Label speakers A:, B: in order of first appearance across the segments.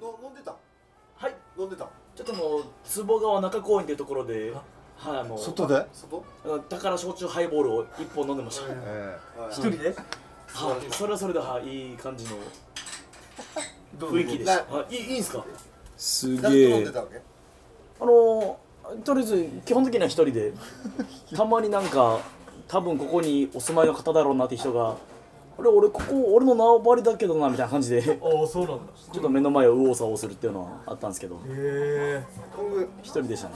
A: の飲んでた
B: はい
A: 飲んでた
B: ちょっともう坪川中公園というところで
C: あ
B: はいもう
D: 外で、
A: 外
B: 宝焼酎ハイボールを一本飲んでました
A: はい
D: え
A: はい
C: 一 人で
B: はいそれはそれではいい感じの
C: ど
B: 雰囲気でした
A: ど
B: はいいいいいんすか
D: ー、す
A: 誰と
D: げ
A: 飲ん
D: え
A: でたわけ
B: あのーとりあえず基本的には一人でたまになんか多分ここにお住まいの方だろうなって人があれ俺ここ俺の縄張りだけどなみたいな感じでち
C: ああそうなんだ
B: ょっと目の前を右往左往するっていうのはあったんですけど
C: へえ
A: 今後
B: 一人でしたね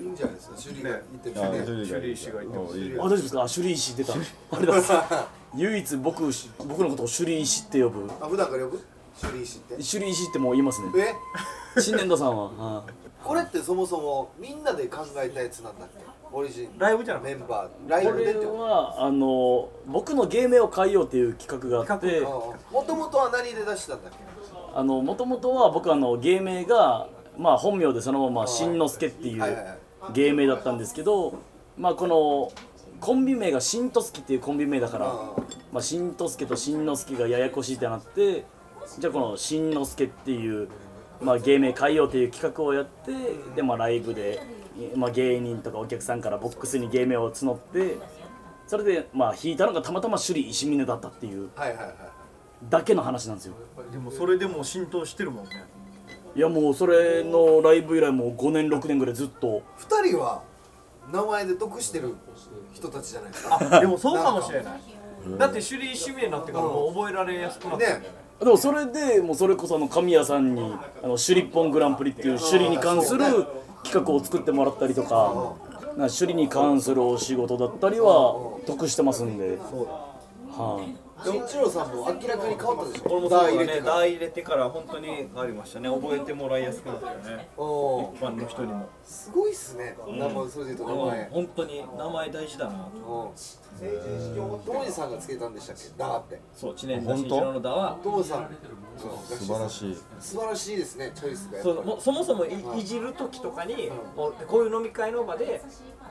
A: いいんじゃないですかシュリーが言ってるし
D: あ
A: ね
D: 趣里が
C: 趣
D: いい
C: 里氏が言って
D: お
C: ます
D: いい
B: あ大丈夫ですかあシュリー氏出たあれだ唯一僕僕のことをシュリー氏って呼ぶ
A: あ普段から呼ぶシュリー氏って
B: シュリー氏ってもう言いますね
A: え
B: 新年度さんは、は
A: これってそもそもみんなで考えたやつなんだっけオリジン
C: ライブじゃなか
A: メ
C: っ
A: ンバーラ
B: い
A: イ
B: こ
A: ブでっ
B: れ
A: てこ
B: はあの僕の芸名を変えようっていう企画があって
A: ともともとは何で出したんだっけ
B: あの元々は僕あの芸名がまあ本名でそのまましんのすけってい
A: はいはいうはい
B: 芸名だったんですけどまあこのコンビ名がしんとすきっていうコンビ名だから
A: う
B: まあしんとすけとしんのすきがややこしいってなってじゃあこのしんのすけっていうまあ芸名変えようっていう企画をやってでまあライブでまあ芸人とかお客さんからボックスに芸名を募ってそれでまあ弾いたのがたまたま首里石峰だったっていう
A: はいはいはい
B: だけの話なんですよ
C: たでもそれでもう浸透してるもんね
B: いやもうそれのライブ以来もう5年6年ぐらいずっと
A: 2人は名前で得してる人たちじゃないですか
C: あでもそうかもしれないだって首里趣味になってからもう覚えられやすくなって
A: ね
B: でもそれでもうそれこそあの神谷さんに「あのシュリッポングランプリ」っていうシュリに関する企画を作ってもらったりとかなんかシュリに関するお仕事だったりは得してますんで、はい
A: 新一郎さんも明らかに変わったでしょ
C: 俺もそう
A: ダー
C: だ
A: 入れて
C: ね
A: から
C: 台入れてから本当にありましたね覚えてもらいやすくなったよね
A: おー
C: 一般の人にも
A: すごいっすね名前それで言うと名前
C: 本当に名前大事だな
A: うん友治さんがつけたんでしたっけダーって
C: そう知念
D: 田慎一郎
C: の「だ」は
A: 友治さん
D: 素晴らしい
A: 素晴らしいですねチョイスがやっぱり
C: そうもそもそもいいじる時とかにおこういう飲み会の場で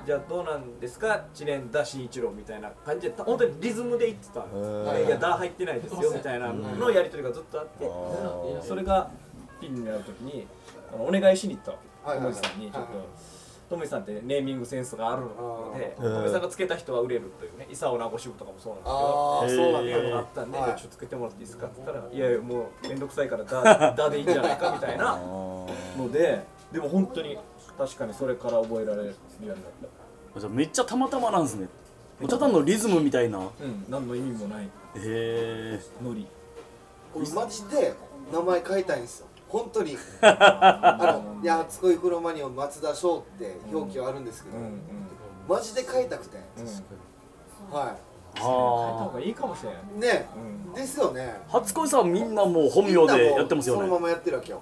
C: じゃあどうなんですか知念田慎一郎みたいな感じでた本当にリズムで言ってた
D: ー
C: でいやだ入ってないですよみたいなのやり取りがずっとあって
D: ー
C: それがピンになる時にあのお願いしに行ったわけ
A: はいはいは
C: 友
A: い
C: 治さんにちょ
A: は
C: っ
A: いは
C: と。トムさんってネーミングセンスがあるので、
D: あー
C: トムさんがつけた人は売れるというね、伊佐尾名護支部とかもそうなんですけ
A: ああ
C: ど、
A: そうなんだ
C: っていうのがあったんで、ちょっとつけてもらっていいですかって言ったら、いやいや、もう面倒くさいからだ、だでいいんじゃないかみたいなので、でも本当に確かにそれから覚えられるようになっ
B: じゃあめっちゃたまたまなんですねもうただのリズムみたいなへ
C: た。うん、何の意味もない
B: え
C: ノリ。
A: これマジで名前変えたいんですよ本当 にあの「いやつこいクロマニオン松田翔」って表記はあるんですけど、
C: うんうん。
A: マジで変えたくて、
C: うん、変え
A: は
B: あ
C: た方
B: あ
C: がいいかもしれない。
A: いね、
C: うん
A: ですよね
B: 初恋さんはみんなもう本名でやってますよ
A: みんなもうそのま
B: ね
A: まやってるわけよ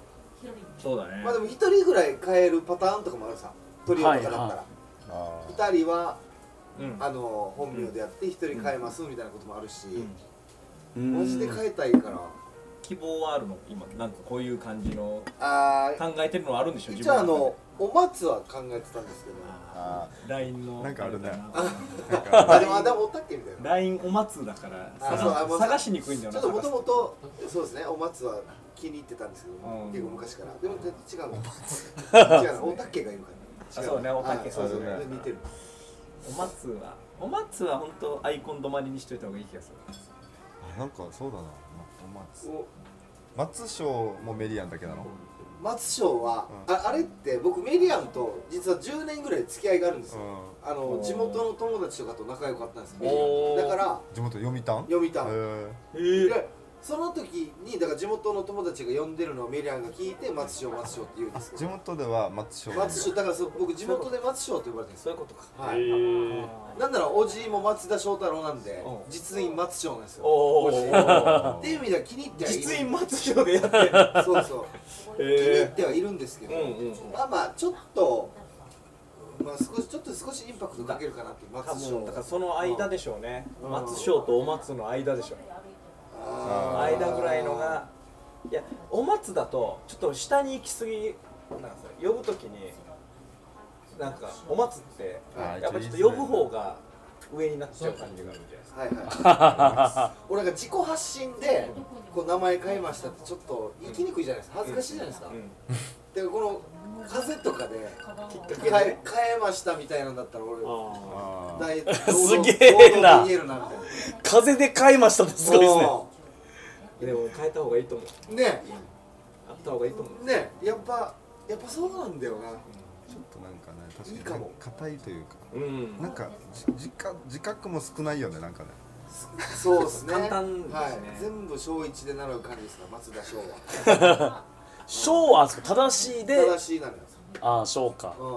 C: そうだね
A: まあでも一人ぐらい変えるパターンとかもあるさトリオとかだったら、
B: はいは
D: あ
A: 二人は
C: うん
A: あの本名でやって一人変えますみたいなこともあるし、
C: うん
B: うん
A: マジで変えたいから、
C: 希望はあるの今、なんかこういう感じの
A: ああ
C: 考えてるのはあるんでしょ、
A: 一応あ
C: 中で
A: のお松は考えてたんですけど
D: あ
C: LINE の。
D: なんかあるね
A: あでもあでもおったっけみたいな
C: LINE お待つだから
A: あそうあ
C: 探
A: もう
C: 探しにくいんだよ
A: ちょ
C: な
A: っともと
C: 探す
A: もとそうですねお松は気に入ってたんですけど、
C: うん
A: 結構昔からでも違うの違う のおたけがいるから
C: あそうねおたけ
A: はい
C: そう
D: そう
A: で似てる
C: おまつはおまつは本当アイコン止まりにしといた方がいい気がする
D: あなんかそうだなまお前
A: お
D: 松翔もメリアンだけなの
A: 松翔は、ああれって僕メリアンと実は10年ぐらい付き合いがあるんですよ、あの
C: おー
A: 地元の友達とかと仲良かったんですよメ
C: お
A: リ
C: ー
A: アンだから
D: 地元読谷
A: 読みたん、
D: え
C: え
A: でその時にだから地元の友達が呼んでるのをメリアンが聞いて松翔松翔って言うんです
D: ー、
A: け
D: 地
A: ど
D: 元では松翔
A: 松翔だからそう僕地元で松翔って呼ばれてるんです
C: そう
A: よ
C: いうことか
A: はい
B: へー
A: なんならおじいも松田翔太郎なんで
C: うん
A: 実印松翔なんですよ
C: おー
A: っていう意味では気に入ってはいる
C: 実印松翔でやってる
A: そうそう気に入ってはいるんですけど、
C: うんうん
A: まあまあちょっとまあ少しちょっと少しインパクトかけるかなっていう
C: 多
A: 松
C: 分
A: 翔
C: だからその間でしょうね
A: うん
C: 松翔とお松の間でしょ
A: あー
C: 間ぐらいのがいやお松だとちょっと下に行き過ぎなんかさ呼ぶときになんかお松って
D: あー
C: やっぱちょっと呼ぶ方が上になっちゃう感じがあるんじゃないですか
A: はいはい。俺が自己発信で、こう名前変えましたって、ちょっと行きにくいじゃないですか。恥ずかしいじゃないですか。で、この風とかで、変え、変えましたみたいなんだったら、俺。
C: あ
D: あー
A: 大
B: すげえ
A: 堂々
B: な
A: と言えるなみたいな。
B: 風で買いましたってすごいですね
C: あでも変えた方がいいと思う
A: うんね
C: あった方がいいと思う
A: ね、やっぱ、やっぱそうなんだよな。
D: ちょっとなんかね
A: いい
D: 確
A: か
D: かに
A: も
D: 硬いというか
C: うん
D: なんかじ自覚自覚も少ないよねなんかね
A: そうですね。
C: 簡単ですね
A: はい、全部小一で習う感じですか、松田翔は。
B: 小は正しいで
A: 正しいなのよ。
B: ああ小か
A: うんうん。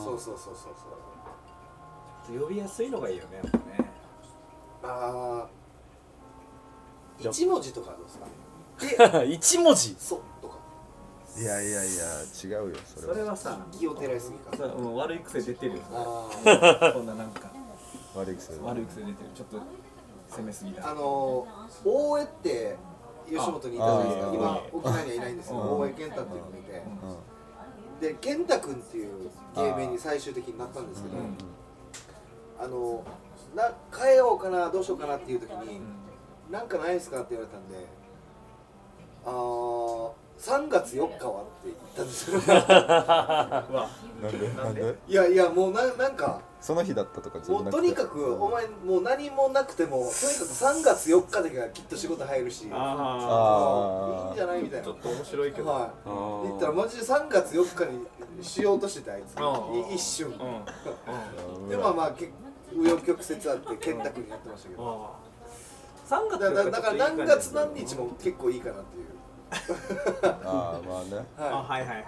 B: あ
A: そう
B: ー
A: そうそうそうそう。
C: 呼びやすいのがいいよねやっぱね
A: あ
B: じ
A: あ。
B: ゃ
A: 一文字とかどうですか。
B: 一文字
A: そとか。
D: いやいやいや違うよそ
C: それはさ
A: 気を照らしすぎか。
C: さうん悪い癖出てるよ
A: あー
C: そんななんか
D: 悪い癖だ
C: 悪い癖出てるちょっと攻めすぎた
A: あのー、大江って吉本にいたじゃないです
D: あ
A: か
D: あ
A: 今沖縄にはいないんですけ
D: うん
A: ど大江健太っていうのがいて
D: う
A: で
D: ん
A: 健太君っていう芸名に最終的になったんですけど
C: うん
A: あのー、な変えようかなどうしようかなっていう時に
C: うん
A: 「なんかないですか?」って言われたんで「あー3月4日は?」って言ったんです よ
C: うわ
D: なんでなんで
A: いやいやもうななんか
D: その日だったとかじゃな
A: も
D: く
A: う
D: て
A: とにかくお前もう何もなくてもとにかく3月4日だけはきっと仕事入るし
C: あ
A: あ
D: あ
A: ー
D: ー
A: いいんじゃないみたい
C: あ
A: な
C: ちょっと面白いけど、
A: はい
B: あ
A: 言ったらマジで3月4日にしようとしてたあいつ
C: うん
A: い一瞬
C: うんうん
A: でもまあ結紆余曲折あって健太君にやってましたけど
C: あ3月
A: だだだから何月何日も結構いいかなっていう
D: あーまあね
C: あ
A: は
C: はいはいはい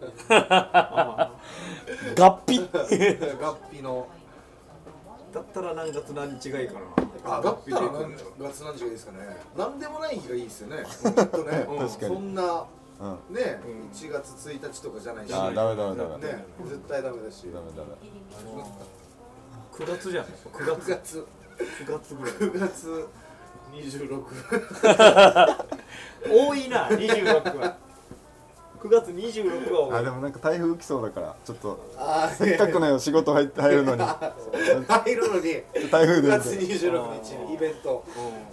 C: あ
B: 合皮
A: い 合皮の
C: だったら何月何日がいいかな
A: あだったら
C: 合
A: 何
C: 皮でいく
A: 月何日がいいですかね何でもない日がいいですよねほんとね
C: うん
D: 確かに
A: そんな
D: うんあ
A: ね
C: うん
A: 1月1日とかじゃないし
D: ーダメダメダメダメ
A: ね絶対ダメだし
D: ダメ
C: 9月じゃない9
A: 9
C: 月
A: 月
C: 9月ぐらい
A: 9月26
C: 多いな26は9月26は
D: あ
C: 多い
D: でもなんか台風来そうだからちょっと
A: ああ
D: せっかくのよ仕事入って入るのに
A: 入るのに
D: 台風
A: 9
D: で
A: 月26日にイベント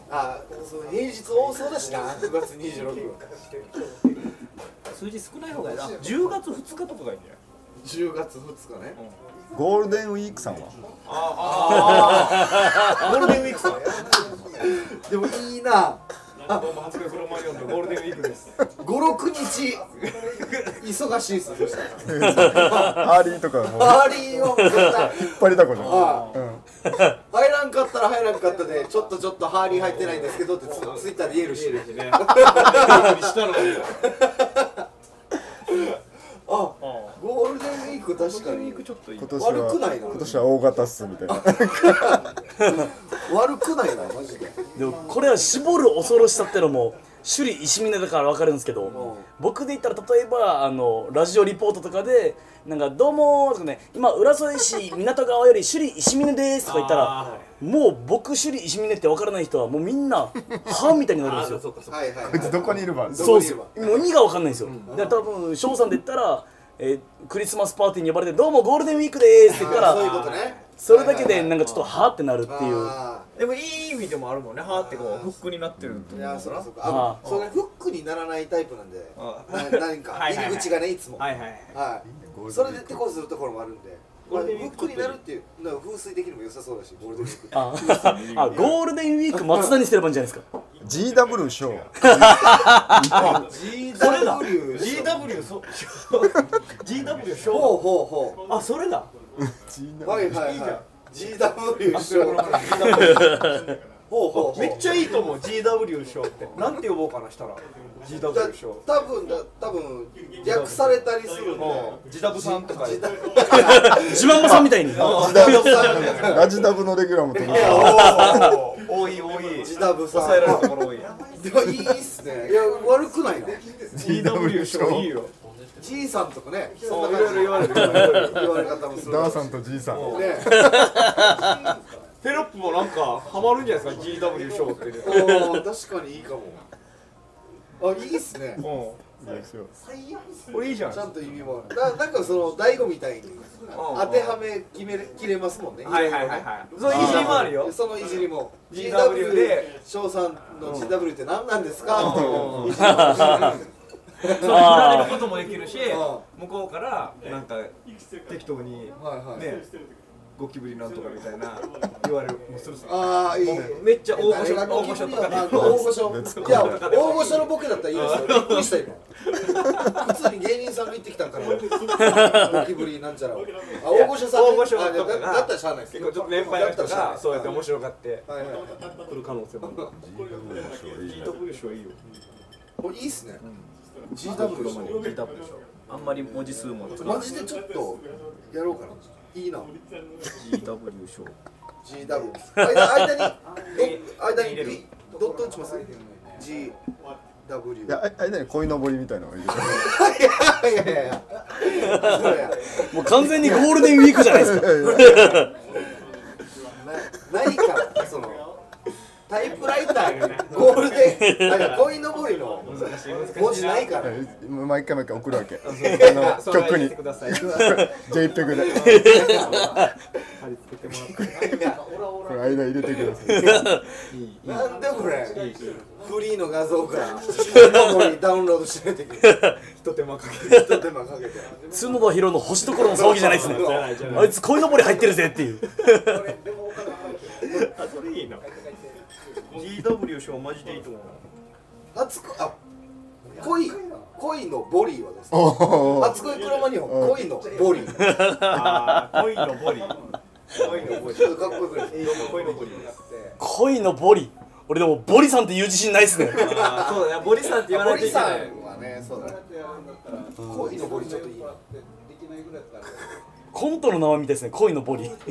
A: あそう平日多そうだしな9月26日
C: 数字少ない方がいいな10月2日とかがいいんじゃな
A: 10
C: い
A: 月2日ね
D: ゴールデンウィークさんは
C: ああゴールデンウィークさ
A: でもいいな
C: どうも初恋フロマニオンのゴールデンウィークです
A: 56日忙しいっすよそしたら
D: アーリーとかもう引っ
A: アーリーを絶対
D: 張りだこじゃん
A: あ
D: うん
A: 入らんかったら入らんかったでちょっとちょっとハーリー入ってないんですけどってツツイッターで言えるし
C: ねゴールデンウィークにしたのに
A: あ
C: ゴ
A: ゴールデンウィーク確
C: ー
A: か
C: ルデンウィ
A: に
C: ークちょっといい
D: 今年は
A: 悪くないな
D: 今年は大型っすみたいな
A: 悪くないなマジで
B: でもこれは絞る恐ろしさってのも首里石峰だから分かるんですけど、僕で言ったら例えばあのラジオリポートとかで「なんかどうも」とかね「今浦添市港川より首里石峰です」とか言ったら
C: あ
B: もう僕首里石峰って分からない人はもうみんな「は」みたいになるん
C: あ
B: で
C: あ
B: す
C: そ
B: よ
C: う。かそうか
A: はいはい、は
D: こいつどこにいるば
A: ど
B: そ
A: こ
B: う
A: に
B: です
A: 言え
B: よ
A: ば。
B: もう意味がわかんないんですよ。だから多分翔さんで言ったら、えークリスマスパーティーに呼ばれてどうもゴールデンウィークでーすって言った
A: あーそういう
B: ら、
A: ことね
B: それだけでなん
A: か
B: かちょっとはーってなるっていう。
C: でもいい意味でもあるもんねはーってこうフックになってるって
A: い
C: こと
A: やそらそっか
B: あ
A: あ
B: ー
A: それフックにならないタイプなんで
C: あ
A: な何か
C: はいはいはい
A: 入り口がねいつも
C: は
A: はい
C: はいはい
A: いそれで手こずるところもあるんで
C: ゴ
A: ま
C: ー
A: あ
C: ル
A: フ
C: デンウィー
A: ッ
C: ク
A: クになるっていうなんか風水的にも良さそうだしゴールデンウィークって
B: ああ、ゴールデンウィーク松田にすればいいんじゃないですか。
D: GW ショー
A: GW
C: それだ
A: しょ
C: GW そ GW シ
A: ほ
C: ョ
A: うほうほ
C: ーあそれだ
A: うはいはいはい GW しょほうほうほう
C: めっちゃいいと思う GW ショーってなんて呼ぼうかなしたら GW ショー
A: だ多分だ多分略されたりするんで
C: もう自宅さんとかで
B: 自慢場さんみたいに。
D: ラジダブのレギュラーも取り
A: いや
D: たい
C: おー多い多い
A: ジダブさん
C: 抑えられるところ多い
A: でもいいっすねいや悪くないな
C: GW ショーいいよ
A: じいさんとかね
C: そ
A: そん
C: う
A: ない感
C: ろい
A: じ
C: ろ言われる
A: 言われ方もする
D: ダーさんとじいさん
A: ね
C: テロップもなんかハマるんじゃないですか GW ショーってね
A: おー確かにいいかもあいいっすね
C: う
A: 最悪っす
C: んこれいいじゃん
A: ちゃんと意味もあるななんかその大悟みたいに当てはめ決めれ切れますもんね
C: はいはいはいはいそういういじりもあるよ
A: そのいじりも
C: GW で
A: 翔さんの GW って何なんですか って
C: うん
A: いういじりもある
C: そう振られることもできるし
A: う
C: 向こうからなんか適当に
A: はいはい、
C: ねゴキブリなんとかみたいな言われるもうそろそろ
A: ああいい
C: もうめっちゃ大御所
A: 誰が
C: 大御所とか
A: まあ大御所いや大御所のボケだったらいいです よびっくりした今普通に芸人さんが言ってきたんかなゴキブリなんちゃらをあ大御所さんね
C: 大御所
A: あ
C: とか
A: だ
C: が
A: だったらしゃあないです
C: 結構ちょっと年配の人がそうやって面
A: 白
C: 白がって
A: いはいはいはい
C: 来る可能性もある聞いたことでしょいいよ
A: これいいっすね
C: GW がまで GW でしょあんまり文字数も少ない
A: マジでちょっとやろうかないいな
C: GW 賞
A: GW 間間に
C: え
A: ど間に
C: 入れる
A: P ドット打ちます GW
D: いや、あれだね、鯉のぼりみたいなのがいる。
A: いやいやいやそれや
B: もう完全にゴールデンウィークじゃないですか
A: なないからそのタイプライターゴール デンなんか鯉のぼりの
C: 難しい難しい
A: 文字ないから
D: 毎回毎回送るわけ。あ
C: あ
D: の
C: それは入
D: 曲
C: れ
D: に
C: てください
D: JPEG で。
C: 貼り付けてもらって
A: いや
D: これ間入れてください。
C: いいいい
A: なんでこれ
C: いいいい
A: フリーの画像 から鯉のぼりダウンロードしないといけない
C: ひと手間かけて
A: 一手間かけて
B: 角田博の星ところの騒ぎじゃないですね
A: じゃ
C: ないじゃない
B: あいつ鯉のぼり入ってるぜっていう
C: あそれいいな GW 賞マジでいいと思う
A: 初恋あ恋恋のボリーはですね
D: おー
A: 初恋クロマニオン恋のボリー
C: ああ恋のボリ恋のボリ
A: ちょっとかっこよくないですか
C: 恋のボリです
B: 恋のボリ俺でもボリさんって言う自信ないっすね
C: ああそうだねボリさんって言わな
A: ボ
C: いと
A: リ
C: いけな
A: さ
C: い
A: んはねそうだね恋のボリちょっといいな
B: コントの名前みたいですね恋のボリ
A: うんかっ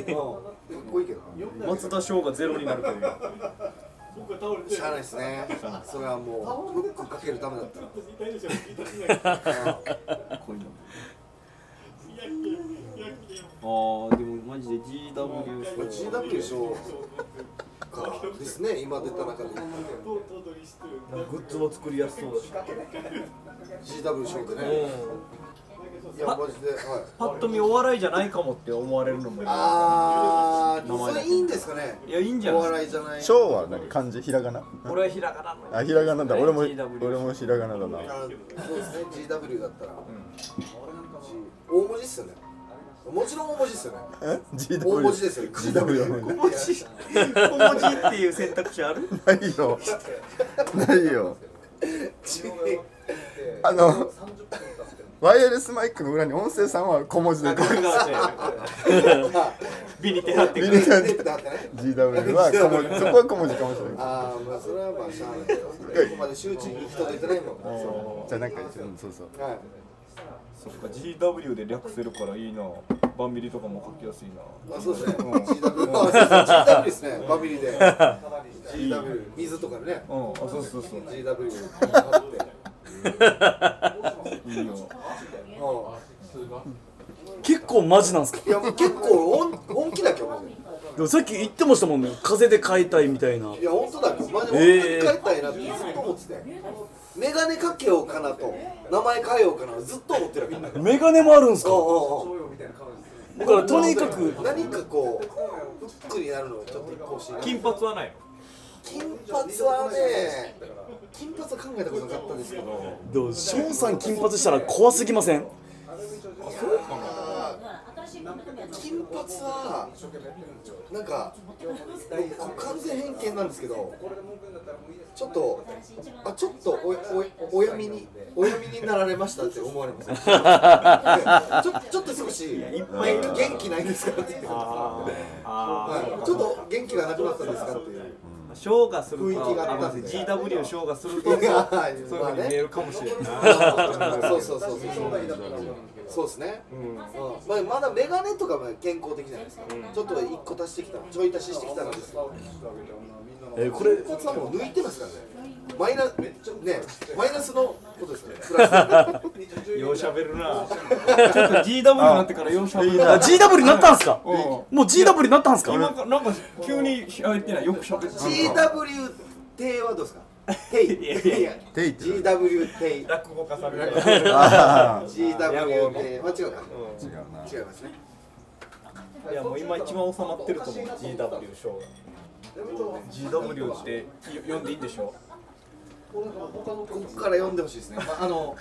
A: こいいけどな
C: 松田翔がゼロになるという
A: しゃあないですね。それはもう、フックかけるためだったら。
C: 恋のボリああでもマジで GW 賞
A: GW 賞かですね、今出た中で。
C: グッズも作りやすそうだし
A: GW 賞でね。いや、マジで。はい、
C: パッと見お笑いじゃないかもって思われるのもいい
A: あー、それいいんですかね。
C: いやいいんじゃ
A: お
C: ない
A: 笑いじゃない。
D: 昭和何漢字ひらがな
C: 俺はひらがなの
D: あ、ひらがなだ。俺も、
C: GW
D: 俺もひらがなだな。
A: あそうですね、GW だったら。大文字っすよね。もちろん大文字っすよね。
D: え ?GW。
A: 大文字ですよ、
D: GW
A: 大文字。
C: 小 文字っていう選択肢ある
D: ないよ。ないよ。
A: G
D: あの、ワイヤレスマイクの裏に音声さんは小文字で書いて
C: ビニ手貼って
D: ビ
C: く
D: リ
C: る
D: ビリ
A: だってね。
D: GW は小文字、そこは小文字かもしれない。
A: ああ、まあそれはまあしゃあないけど、ここまで周知に行き届いてないもん。は
D: じゃあなんか、うんそうそう。
A: い。
C: そっか GW で略せるからいいなバンビリとかも書きやすいな
A: まあそうですね。GW あそうそう GW ですね。バビリで。GW 水とかね。
C: うんあそうそうそう
A: GW あって。
C: いいよ
A: う
B: 結構マジなんですか
A: んいやもう結構本本気だけどマジで。
B: でもさっき言ってましたもんね風で変えたいみたいない
A: や本当だよ。マジで
B: えー
A: 本当に変えたいなってずっと思ってて。メガネかけようかなと名前変えようかなずっと思ってるわけ。うんうん
B: メガネもあるんですか
A: うん。
B: だからとにかく
A: 何かこうフックになるのをちょっと一個欲しいな。
C: 金髪はない
A: 金髪はね金髪は考えたことなかったんですけど
B: でも翔さん金髪したら怖すぎません
A: 金髪はなんかこう完全偏見なんですけどちょっとあちょっとおおお読みにお読みになられましたって思われます ちょちょっと少し元元気ないんですかって言って
C: の
A: は
C: あ
A: いちょっと元気がなくなったんですかっていう
C: 賞がすると
A: 雰囲気があった
C: あ
A: んで
C: GW 賞がする
A: い
C: とそ う
A: や
C: そういう
A: ま
C: ふ
A: あ
C: うに見え
A: ね
C: るかもしれない
A: そうそうそうそうそうですねうんまあ、まだメガネとかは健康的じゃないですか、ちょっと一個足してきたちょい足ししてきたんですけど
B: えこれ
A: 金髪はもう抜いてますからねマイナねマイナスのことですからねプラス
C: ようしゃべるなちょっと GW になってからようしゃべる
B: あ
C: な
B: GW になったんですか
C: うん
B: もう GW になったんですか
C: 今かなんか急に喋ってないよくしゃべる
A: GW 亭はどうですかテ
C: いやいや
A: イ
C: い
A: い
C: や
A: や
D: テイって言う
A: GW テイ
C: 落語化される
D: あ
A: GW テイ間違うか
D: ー違うな
A: 違いますね
C: いやもう今一番収まってると思う GW 賞が GW ってよ読んでいいんでしょ
A: ここから読んでほしい ですね、まあ、あの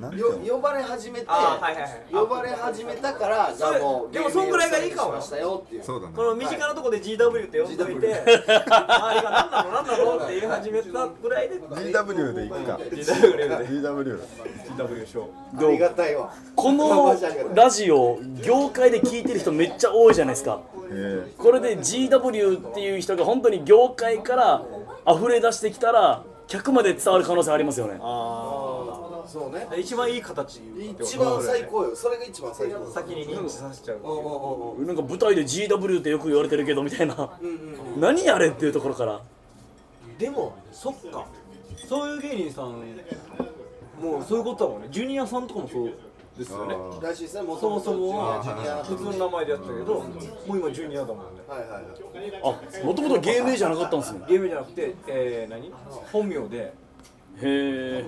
D: なんて
A: よ呼ばれ始めて、
C: あーはいはいはい
A: 呼ばれ始めたからじゃあもう
C: でもそんぐらいがいいかも
A: ましたよっていう
D: そうだな
C: この身近なとこで GW って呼んどいて、
A: はい
C: 周りが何なの何なのって言い始めたぐらいで
D: GW でいくか
C: GW で
D: GW
C: GW 賞
A: ありがたいわ
B: このラジオ業界で聞いてる人めっちゃ多いじゃないですか
D: え
B: これで GW っていう人が本当に業界から溢れ出してきたら100まで伝わる可能性ありますよね
C: あ
A: そうね
C: あ一番いい形
A: 一番最高よそれが一番最高
C: 先に認知させちゃうってい
A: おう
C: う
A: おうおう
B: なんか舞台で GW ってよく言われてるけどみたいな
A: うんうんうん
B: 何やれっていうところから
C: でもそっかそういう芸人さんもうそういうことだもんねジュニアさんとかもそうですよね
D: あ
A: らしいですねも
C: そもそもは
A: ジュニアジ
C: 普
A: ュ
C: 通
A: ニ
C: の名前でやってたけどもう今ジュニアだもんね
A: アはいはいはい
B: あもともと芸名じゃなかったんですね
C: 芸名じゃなくて、えー、何本名で
B: へ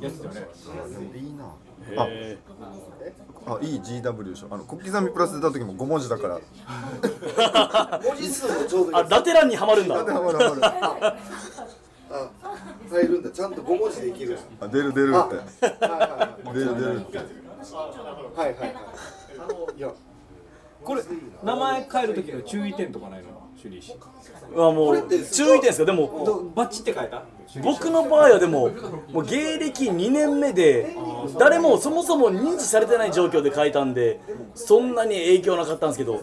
C: やってたよね
D: でもいいな
B: えへ
D: あいい GW でしょあの小刻みプラス出た時も5文字 だから
A: 文字数もちょうどいい
B: ーあラテランにはまるん
D: あで
B: だ
D: もほらほら
A: あ入るんだちゃんと5文字でいける
D: あ出る出る
A: あ
D: って
A: はい
D: 出る出るって
A: はいはいはいはいはいいや
C: これ名前変える時の注意点とかないの趣里氏
B: あも
A: これ
B: う
A: って
B: 注意点ですかでも
C: どバッチって変えた
B: 僕の場合はでももう芸歴2年目で誰もそもそも認知されてない状況で書いたんでそんなに影響なかったんですけど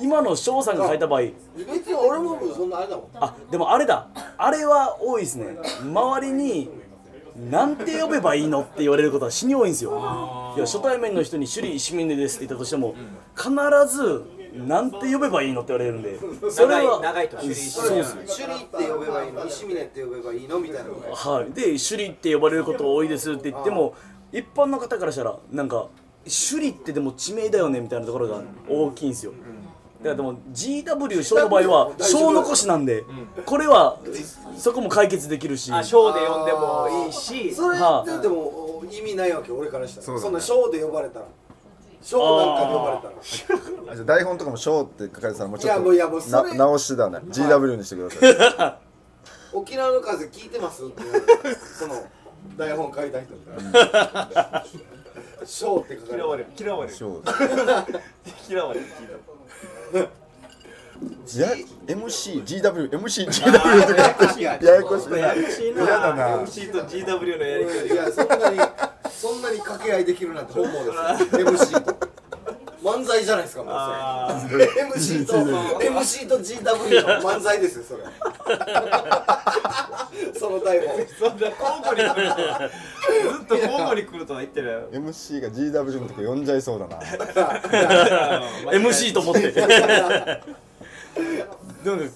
B: 今の翔さんが書いた場合
A: 別に俺もそんなあれだもん
B: あでもあれだあれは多いですね周りになんて呼べばいいのって言われることは死に多いんですよいや初対面の人に「首里市民です」って言ったとしても必ず「なんて呼べばいいの?」って言われるんでそれは
C: 長い長いと首里市
B: そうです
A: シュリって呼べばいいの石峰って呼べばいいのみたいなのが
B: はい、で「首里」って呼ばれること多いですって言っても一般の方からしたらなんか「首里ってでも地名だよね」みたいなところが大きいんですよだからでも GW 小の場合は小残しなんでこれはそこも解決できるし
C: あショーで呼んでもいいし
A: それ
B: は
A: ってでも意味ないわけ俺からしたら
D: そうだね
A: そんなショーで呼ばれたらショーなんかで呼ばれたら
D: あじゃあ台本とかも「ショー」って書かれてたらもうちょっ
A: いやもういやもう
D: と
A: それ
D: な直しだね GW にしてください
A: 沖縄の風聞いてますって言われるその台本書いた人からショーって書かれ
C: 嫌わ
A: て
C: れる嫌 われる
D: ショー
C: 嫌われる
D: じゃ MCGWMCGW って書いて
A: るや
D: ややこしい
C: ややこしいな
D: 嫌だな
C: MC と GW のやり方
A: いやそんなにそんなに掛け合いできるなんて本望 ですよ MC と漫才じゃないですかもうそれ
C: あ
A: MC と MC と GW の漫才ですよ それその台本
C: ーそんな交互に来るとはずっと交互に来るとは言ってるよ
D: MC が GW の時呼んじゃいそうだな
B: MC と思ってなんか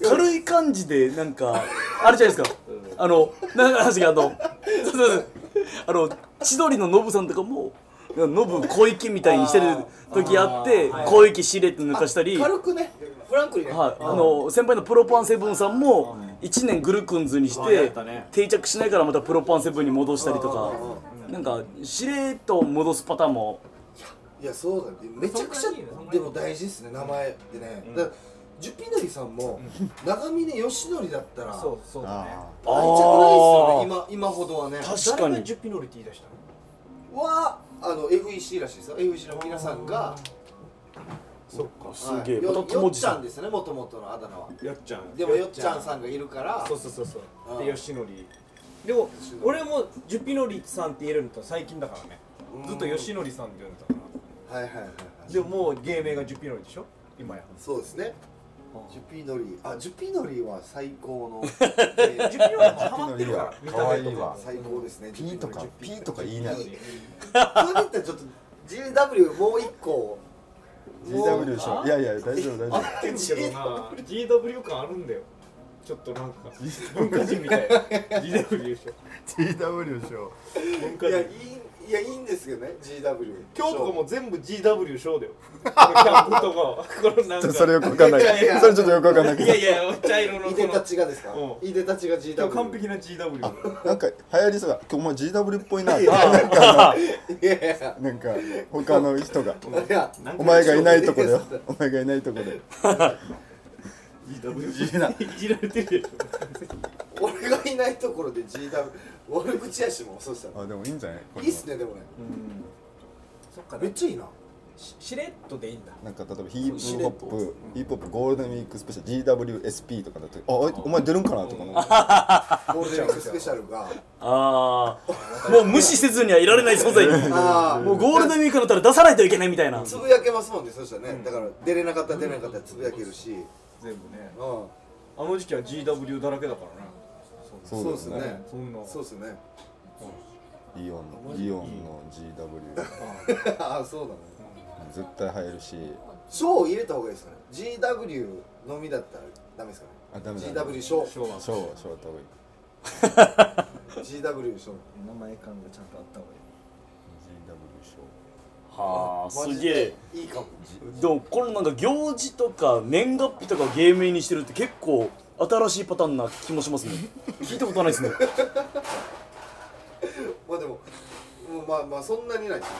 B: 軽い感じでなんかあれじゃないですかあのなんか話があのそうそうそうあの千鳥のノブさんとかもノブ小池みたいにしてる時あって小池しれって抜かしたり
A: 軽くねフランクにね、
B: はい、あの先輩のプロパンセブンさんも1年グルクンズにし
C: あやってたね
B: 定着しないからまたプロパンセブンに戻したりとかなんかしれっと戻すパターンも
A: いやそうだよめちゃくちゃでも大事ですね名前ってね、だからジュピノリさんも長峰義則だったら愛着ない
C: そうそうだね
D: あ
A: ですよね今今ほどはね
B: 確か
C: 誰が
B: に
C: ジュピノリティ出したの
A: はあの FEC らしいですよ FEC の皆さんが
C: そっか
B: すげえ
A: はい
B: ま
A: よ
B: た
A: よ
B: 友
A: っ
B: 次
A: ちゃ
B: さ
A: ん
B: ん
A: ですねもともとのあだ名は
C: やっちゃん
A: でもよっちゃんさんがいるから
C: そうそうそうそう
A: うん
C: で吉典でも俺もジュピノリさんって言えるのと最近だからね
A: うん
C: ずっと吉典さんって呼んでたから
A: はいはいはいはい
C: でももう芸名がジュピノリでしょ今や
A: そうですね
C: ジ
A: ジュピノリあジュピノリは最高の
C: ュ
A: 最
C: ピノリは
D: あ
C: ハマってるから見
D: かわ
C: た
D: い
C: 目
D: い
C: とか
D: わ
A: 高ですね
D: P とか P とかいい
A: そ
D: ね
A: れだったらちょっと GW もう一個
D: GW ショーいやいや大丈夫大丈夫
A: あって
C: けどな GW 感あるんだよちょっとなんか文化人みたいな GW でしょ
D: GW ショー
C: 文
A: い
C: 化
A: やい
C: 人
A: いいやいいんですけどね GW
E: 今日とかも全部 GW ショーだよこのキャンプとかこのなん
D: ちょっ
E: か
D: とそれよくわかんない
A: いやいや
D: それちょっとよくわかんないけ
E: い
D: ど
E: やいや茶色の
A: い
E: こ
A: でた
E: の
A: ちがですか
E: う
A: いでたちが GW
E: 完璧な GW
D: なんか流行りそうだ今日お前 GW っぽいなって
A: いやいやいや
D: なんか他の人が
A: いや
D: お前がいないとこだよお前がいないとこだよ
E: いじられてるでし
A: 俺がいないところで GW 悪口やしもうそうしたら
D: あでもいいんじゃないこ
A: い
D: れ
A: いっすねでもね
C: うんそっか
A: めっ
C: ね
A: ちゃいいな
C: ししれっとでいいんだ
D: なんか例えばヒップホップヒップホップゴールデンウィークスペシャル GWSP とかだとああお前出るんかなとか思
A: ゴ
D: う
A: ールデンウィークスペシャルが
B: ああもう無視せずにはいられない存在
A: ああ
B: もうゴールデンウィークだったら出さないといけないみたいな
A: つぶやけますもんねそしたらねだから出れなかったら出れなかったらつぶやけるし
C: 全部ね
A: うん
C: あの時期は GW だらけだからね
D: そ
A: そう
D: う
A: っ
D: ですすね
A: ね
C: そんな
A: そうっすね
D: イオンのイオンの GW
A: ああそうだね
D: 絶対入るし
A: 賞入れた方がいいですかね GW のみだったらダメですかね
D: あダメだ
A: GW 賞
C: 昭和
D: ショーはショーやった方がいい
A: GW 賞
C: 名前感がちゃんとあった方がいい
D: GW ショー
B: はあすげえ
A: いいかも
B: でもこのなんか行事とか年月日とかを芸名にしてるって結構新しいパターンな気もしますね 聞いたことないですね
A: まあでもうんまあまあそんなにないです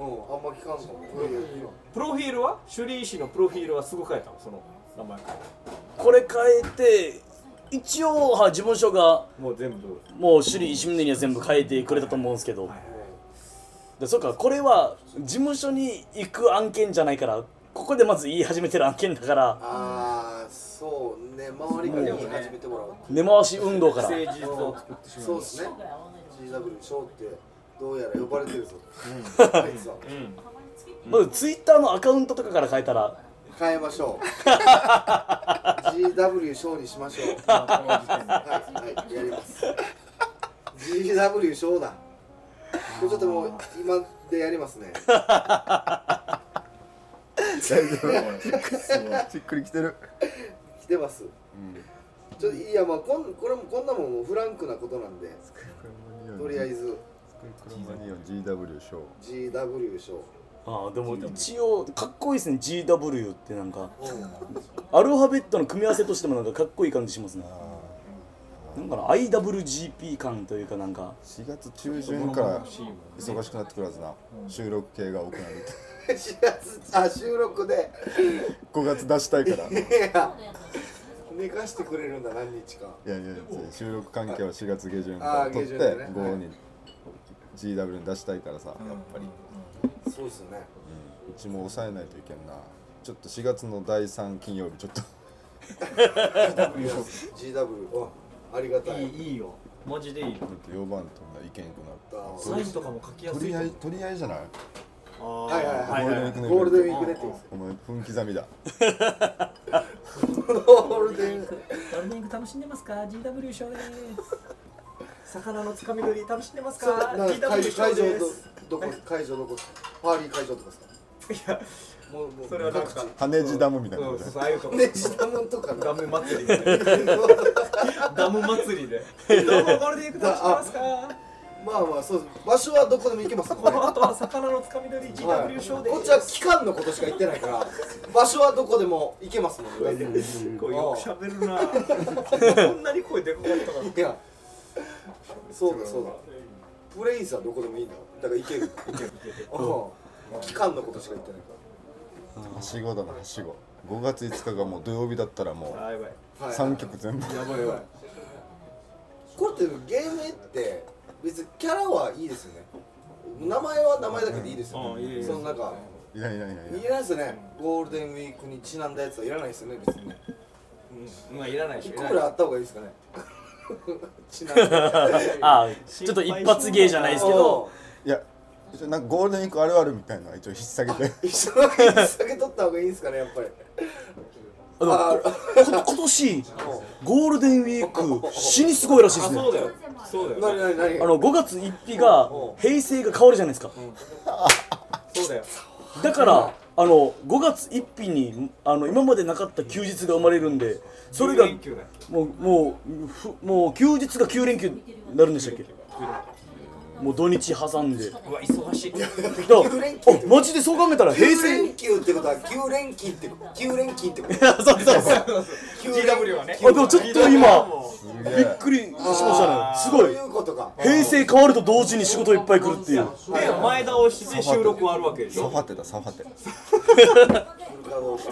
A: うんあんま聞かんかもいやいやいや
C: プロフィールは首里医師のプロフィールはすぐ変えたのその名前変え
B: これ変えて一応は事務所が
C: たもう全部
B: もう首里石峰には全部変えてくれたと思うんですけど、
C: い
B: でそうかこれは事務所に行く案件じゃないからここでまず言い始めてる案件だから
A: ああそうね周りから言い始めてもらう
B: 根回し運動から
C: 誠実を作ってしまい
A: そう
C: ま
A: ですすね GW 賞ってどうやら呼ばれてるぞあいつは
B: まずツイッターのアカウントとかから変えたら
A: 変えましょう GW 賞にしましょうはい、はい、やります GW 賞だこれちょっともう今でやりますね
D: しっくりきてる
A: 来てます、ちょっといやまあこんこれもこんなもんもうフランクなことなんでとりあえず
D: イオン GW ショー
A: GW 賞
B: ああでも一応かっこいいですね GW ってなんか アルファベットの組み合わせとしてもなんかかっこいい感じしますねなんかな IWGP 感というかなんか
D: 4月中旬から忙しくなってくるはずな収録系が多くなる
A: 4月あ収録で
D: 5月出したいからい
A: いや寝かしてくれるんだ何日か
D: やいや収録関係は4月下旬から取って
A: あー下旬でね
D: 5に GW に出したいからさやっぱり
A: そうですね
D: うちも抑えないといけんなちょっと4月の第3金曜日ちょっと
A: GW あありがたい
C: いいいいよマジでいいよ
D: 4番とんないけんくなる
C: サインとかも書きや
D: と
C: すい
D: り
C: と
D: あえ
C: 思
D: ずとりあえずじゃない
C: あ
A: はいはいはい
D: ゴールデンウィークのイベン
A: ゴー
D: ト
A: ルデンウィークでって言うんです
D: お前分刻みだ
A: ゴールデンウィーク
C: ゴールデンウィーク楽しんでますか ?GW 賞です魚のつかみ取り楽しんでます
A: そう
C: か
A: なんか会
C: ?GW
A: 会場
C: 賞で
A: ど
C: す
A: どこ会場どこパーリー会場とかですか
C: いや
A: もうもう
C: それはなんか
D: 羽地ダムみたいな
C: う
D: こ
C: ん
D: と
C: そうそ
D: ね
C: うああいうとこ
A: ね時短とか
C: ダ
A: の
C: ム祭りでダム祭りでどうもゴールデンウィーク楽しんでますか
A: まあまあそうです場所はどこでも行けます
C: こ
A: これ
C: の後は魚のつかみ取り
A: はい
C: GW 賞で
A: こっちは期間のことしか言ってないから場所はどこでも行けますもんね大体
C: すごいよく喋るなこんなに声でこかったから
A: いやそうだそうだプレイズはどこでもいいんだだから行けるうん期間のことしか言ってないか
D: はしごだなはしご5月5日がもう土曜日だったらも
C: あやばい
A: ら、は
D: う
A: い
D: 3曲全部
C: やばいやばい
A: これって芸名って別にキャラはいいですよね名前は名前だけでいいですよ
C: うんいい
A: ね
C: です
A: そのなんか
D: いやいやいやい
A: いらないですよねゴールデンウィークにちなんだやつはいらないですよね別にね
C: うんまあいらないでし
A: 1
C: ょ
A: 個ぐらいあった方がいいですかねちなんだ
B: ああちょっと一発芸じゃないですけど
D: いや一応なんかゴールデンウィークあるあるみたいなのは一応引っ提げて
A: 一緒に酒取った方がいいんですかねやっぱり
B: あでも
A: あ
B: こ今年ゴールデンウィーク死にすごいらしいで
C: あ
B: すね
C: そうだよそうだよ
A: 何何何
B: あの5月1日が平成が変わるじゃないですか
C: そうだよ
B: だからあの5月1日にあの今までなかった休日が生まれるんでそれが
C: 10連休だよ
B: もうもうふもう休日が9連休になるんでしたっけ
C: 10連休
B: もう土日挟んで
E: うわ忙しい
B: だおマジでそう考えたら平
A: 9
B: 成
A: 連休ってことは9連勤ってこと9連勤 ってこと
B: あそうそうそう
A: 9
E: GW はね
B: あでもちょっと今
D: す
B: び
D: げ
B: っ
D: え
B: くりしましたねすご
A: そう
B: い
A: いうことか
B: 平成変わると同時に仕事いっぱい来るっていう
E: で前倒しで収録はあるわけでし
D: サ
E: ょ
D: ファテだサファテ
A: 来るかどうか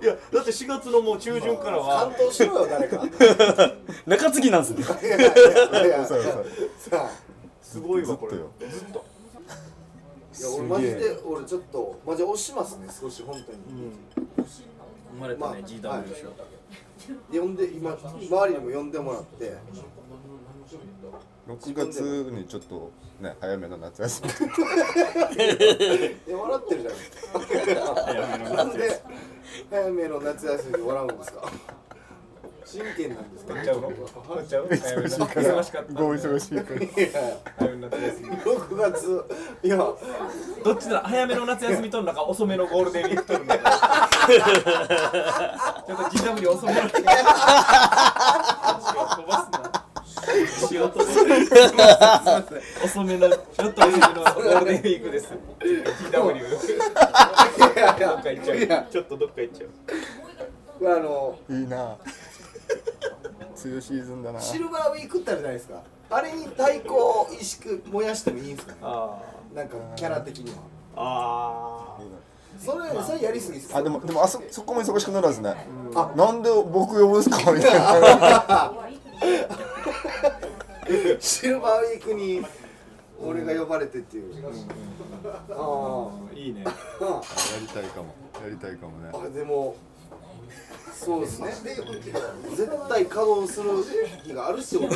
E: いやだって4月のもう中旬からは
A: 担当しろよ誰か
B: 中継ぎなんですね
A: いやいやいや
D: そうそう
A: さあ
E: すごいわこれ
D: ずっとよ
E: ずっと
A: いや俺マジで俺ちょっとマジで押しますね少し本当に
C: 生まれ
A: まあ
C: たね GW でしょ
A: 呼んで今周りにも呼んでもらって
D: 6月にちょっとね早めの夏休み
A: いや笑ってるじゃないですかなんで早めの夏休みで笑うんですか真剣なんですか
C: やっちゃうのやっちゃう
D: 忙しいから
C: 忙しかった
D: ご忙しいから
A: いや
C: 早めの夏休み
A: 6月いや
C: どっちだ早めの夏休みとるのか遅めのゴールデンウィークとるのかちょっと GW 遅めの仕事飛ばすな仕事すいません遅めのちょっと遅めのゴールデンウィークです GW
A: いやい
C: どっか
A: や
C: 行っちゃう
A: いや
E: ちょっとどっか行っちゃう
A: これあの
D: いいな梅雨シーズンだな
A: シルバーウィークってあるじゃないですかあれに対抗意識燃やしてもいいんですかね
E: あ
A: なんかキャラ的には
E: ああ
D: いいな
A: それそれやりすぎです
D: あでもでもあそそこも忙しくなるはずね
A: あ
D: なんで僕呼ぶんすかみたいな
A: シルバーウィークに俺が呼ばれてっていう、あ
E: あいいね
A: あ
D: やりたいかもやりたいかもね
A: あでもそうですね絶対稼働する日があるし俺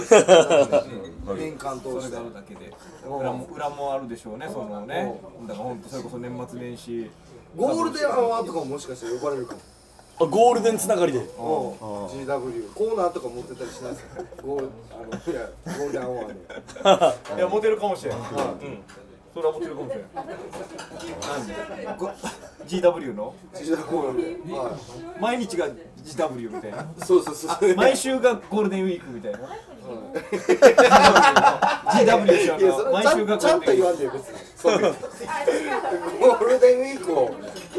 A: 年間
C: そ
A: 通
C: れ
A: して
C: があるだけで裏も裏もあるでしょうねそのねだから本当それこそ年末年始
A: ゴールデンアワーとかももしかしたら呼ばれるかも
B: あゴールデンつながりで
A: おう GW コーナーとか持ってたりしないですかゴールあのいやゴールデンアワーで
E: いやモテるかもしれんうんそれはモテるかもしれん
A: こ
C: GW の
A: GW で、は、
C: 毎日が GW みたいない
A: そうそうそう
C: 毎週がゴールデンウィークみたいな。GW しよ
A: いやそれ
C: 毎
A: ちゃ
C: 週が
A: ん
C: ゴ
A: ちゃん
C: ー
A: と
C: ルデ
A: 言わんでよ別
C: ンウィー
A: にそう ゴールデンウィークをう